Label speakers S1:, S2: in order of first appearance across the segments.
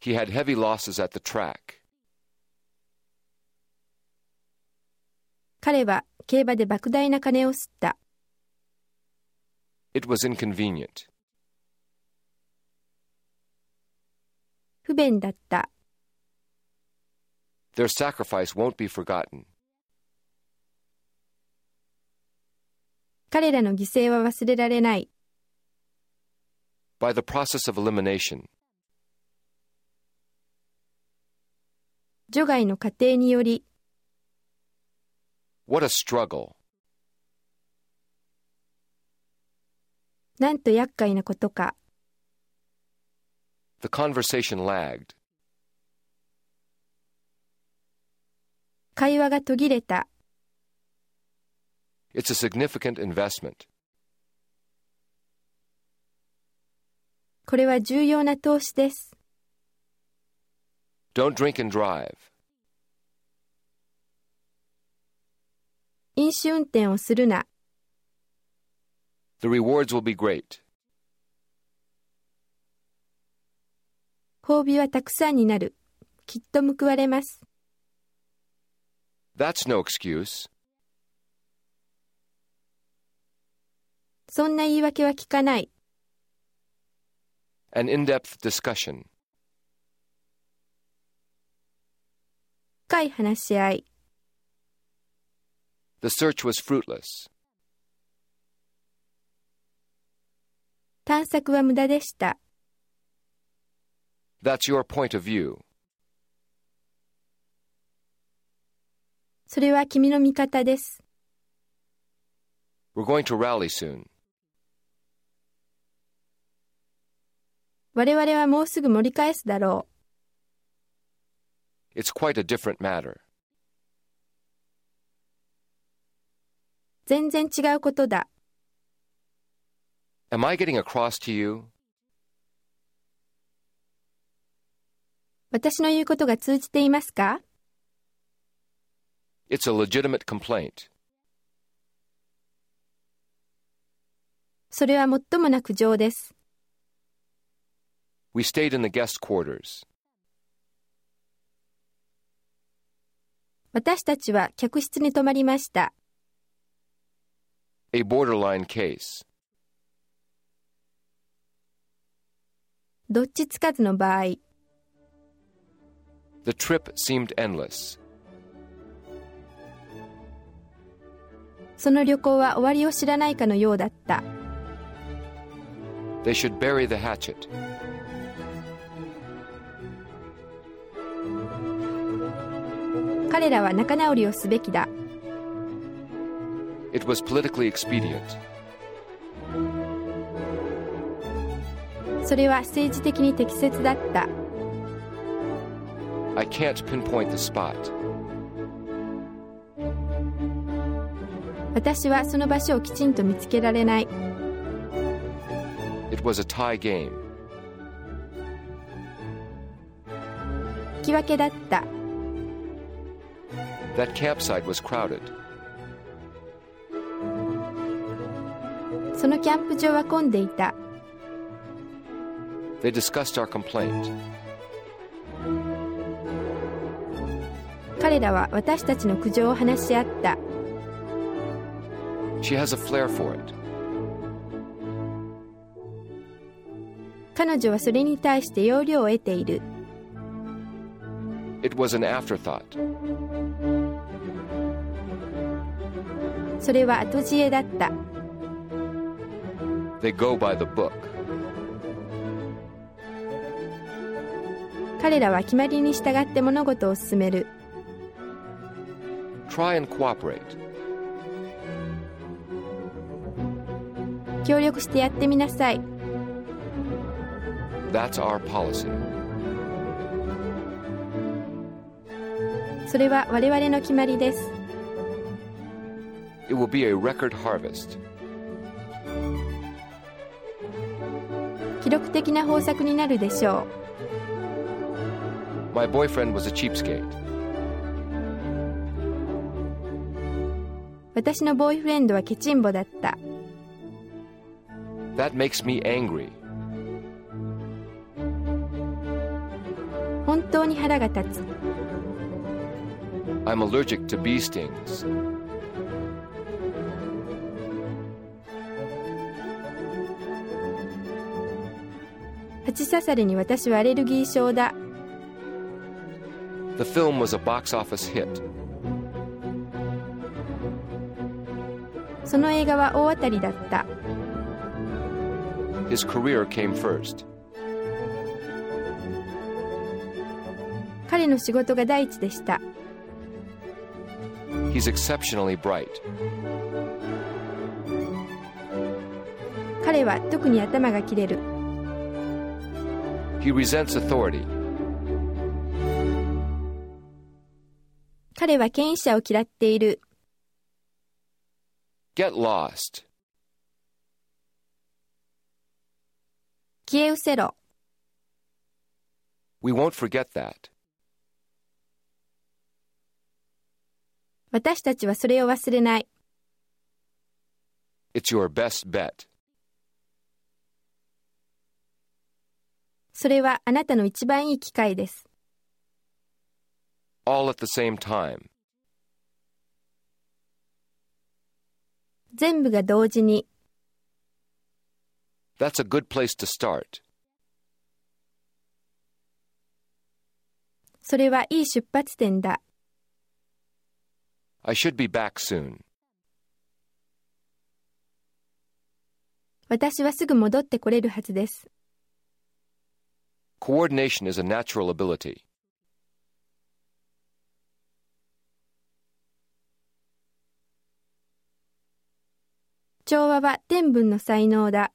S1: He had heavy losses at the track.
S2: 彼は競馬で莫大な金を吸った。
S1: It was inconvenient.
S2: 不便だった。
S1: Their sacrifice won't be forgotten.
S2: 彼らの犠牲は忘れられない。
S1: By the process of elimination,
S2: 除外の過程により、
S1: what a struggle!
S2: なんと厄介なことか。
S1: The conversation lagged.
S2: 会話が途切れた。
S1: It's a significant investment.
S2: これは重要な投資です。
S1: Don't drink and drive.
S2: 飲酒運転をするな。
S1: The rewards will be great.
S2: 褒美はたくさんになる。きっと報われます。
S1: That's no excuse.
S2: そんな言い訳は聞かない。
S1: An in depth discussion.
S2: 深い話し合い。
S1: The search was fruitless.
S2: 探索は無駄でした。
S1: That's your point of view.
S2: それは君の味方です。
S1: We're going to rally soon.
S2: 我々はもうすぐ盛り返すだろ
S1: It's quite a different matter.
S2: う。全然違うことだ。
S1: Am I getting across to you?
S2: 私の言うことが通じていますか
S1: It's a legitimate complaint.
S2: それは最もな苦情です。
S1: We stayed in the guest quarters.
S2: 私たちは客室に泊まりました。
S1: A borderline case.
S2: どっちつかずの場合、
S1: The trip seemed endless.
S2: その旅行は終わりを知らないかのようだった。
S1: They should bury the hatchet.
S2: 彼らは仲直りをすべきだ。
S1: It was politically expedient.
S2: それは政治的に適切だった。
S1: I can't pinpoint the spot.
S2: 私はその場所をきちんと見つけられない。
S1: It was a tie game.
S2: 引き分けだった。
S1: That campsite was crowded.
S2: そのキャンプ場は混んでいた。
S1: They discussed our complaint.
S2: 彼らは私たちの苦情を話し合った。
S1: She has a flair for it.
S2: 彼女はそれに対して要領を得ている。
S1: It was an afterthought.
S2: それは後知恵だった。
S1: They go by the book.
S2: 彼らは決まりに従って物事を進める。
S1: Try and cooperate.
S2: 協力してやってみなさい。
S1: That's our policy.
S2: それは我々の決まりです。
S1: It will be a record harvest.
S2: 記録的な豊作になるでしょ
S1: My boyfriend was a cheapskate.
S2: う。私のボーイフレンドはケチンボだった。
S1: That makes me angry.
S2: 本当に腹が立つ
S1: I'm allergic to bee stings.
S2: 「蜂刺されに私はアレルギー症だ
S1: The film was a box office hit.
S2: その映画は大当たりだった
S1: His career came first.
S2: 彼の仕事が第一でした
S1: He's exceptionally bright.
S2: 彼は特に頭が切れる
S1: He resents authority.
S2: 彼は権威者を嫌っている
S1: Get lost.
S2: 消え失せろ
S1: We won't forget that.
S2: 私たちはそれを忘れない
S1: It's your best bet.
S2: それはあなたの一番いい機会です
S1: All at the same time.
S2: 全部が同時に
S1: That's a good place to start.
S2: それはいい出発点だ
S1: I should be back soon.
S2: 私はすぐ戻ってこれるはずです
S1: Coordination is a natural ability.
S2: 調和は天文の才能だ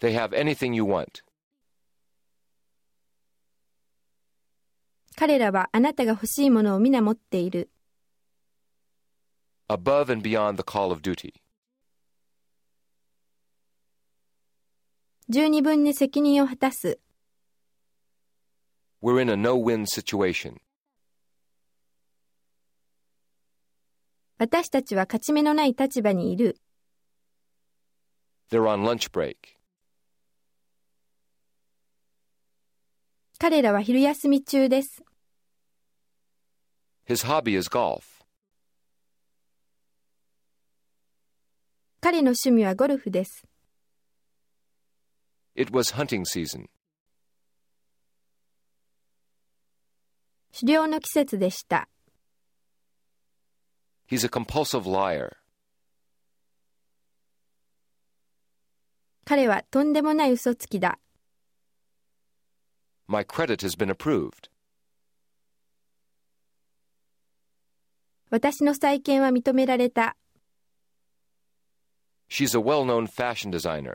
S1: They have anything you want.
S2: 彼らはあなたが欲しいものを皆持っている
S1: Above and beyond the call of duty.
S2: 十二分に責任を果たす
S1: We're in a no win situation.
S2: 私たちは勝ち目のない立場にいる
S1: They're on lunch break.
S2: 彼らは昼休み中です
S1: His hobby is golf.
S2: 彼の趣味はゴルフです
S1: It was hunting season.
S2: 狩猟の季節でした
S1: He's a compulsive liar.
S2: 彼はとんでもない嘘つきだ
S1: My credit has been approved.
S2: 私の再建は認められた
S1: She's a well known fashion designer.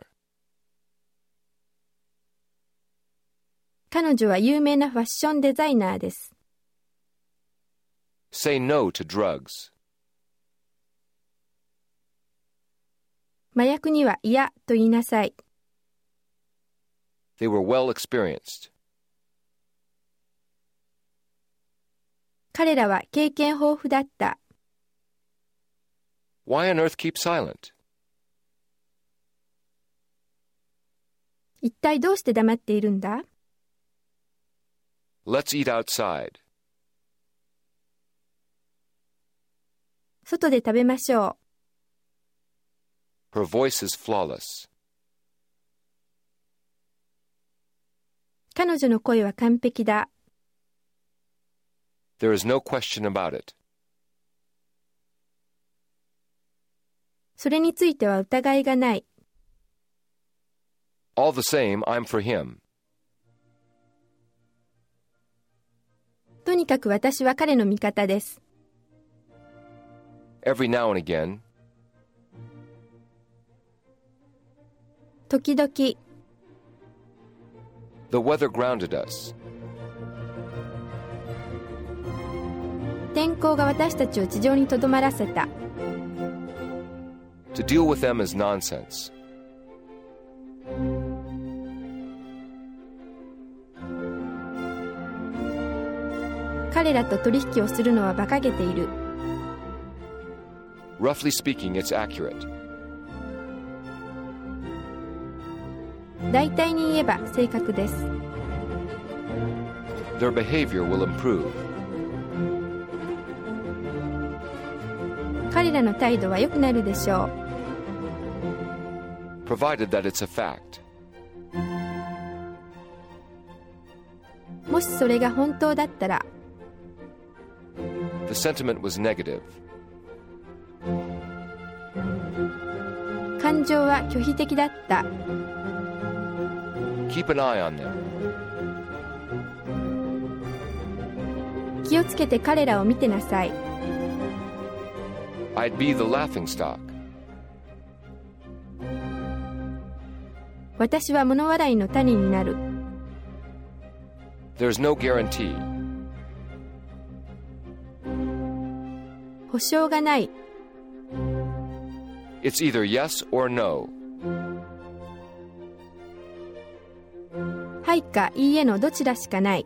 S2: 彼女は有名なファッションデザイナーです
S1: Say no to drugs.
S2: 麻薬には嫌と言いなさい
S1: They were well experienced.
S2: 彼らは経験豊富だった
S1: Why on earth keep silent?
S2: 一体どうして黙っているんだ
S1: Let's eat outside.
S2: 外で食べましょう
S1: Her voice is flawless.
S2: 彼女の声は完璧だ
S1: There is no question about it.
S2: それについては疑いがない
S1: All the same, I'm for him.
S2: とにかく私は彼の味方です
S1: Every now and again,
S2: 時々
S1: the weather grounded us.
S2: 天候が私たちを地上にとどまらせた
S1: To deal with them is nonsense.
S2: 彼らと取引をするのは馬鹿げている
S1: Roughly speaking, it's accurate.
S2: 大体に言えば正確です
S1: Their behavior will improve.
S2: 彼らの態度は良くなるでしょう
S1: provided that it's a fact.
S2: もしそれが本当だったら
S1: The sentiment was negative.
S2: 感情は拒否的だった
S1: Keep an eye on them.
S2: 気をつけて彼らを見てなさい
S1: I'd be the laughingstock.
S2: 私は物笑いの種になる
S1: There's no guarantee.
S2: 保証がない
S1: It's either yes or no.
S2: はいかいいえのどちらしかない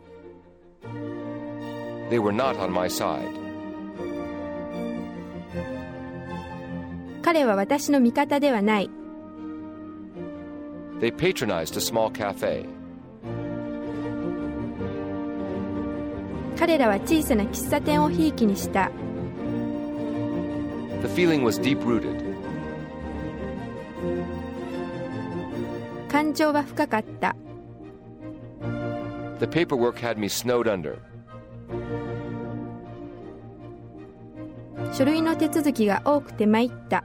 S1: They were not on my side.
S2: 彼は私の味方ではない
S1: They patronized a small cafe.
S2: 彼らは小さな喫茶店をひいきにした
S1: The feeling was deep rooted.
S2: 感情は深かった
S1: The paperwork had me snowed under.
S2: 書類の手続きが多くて参った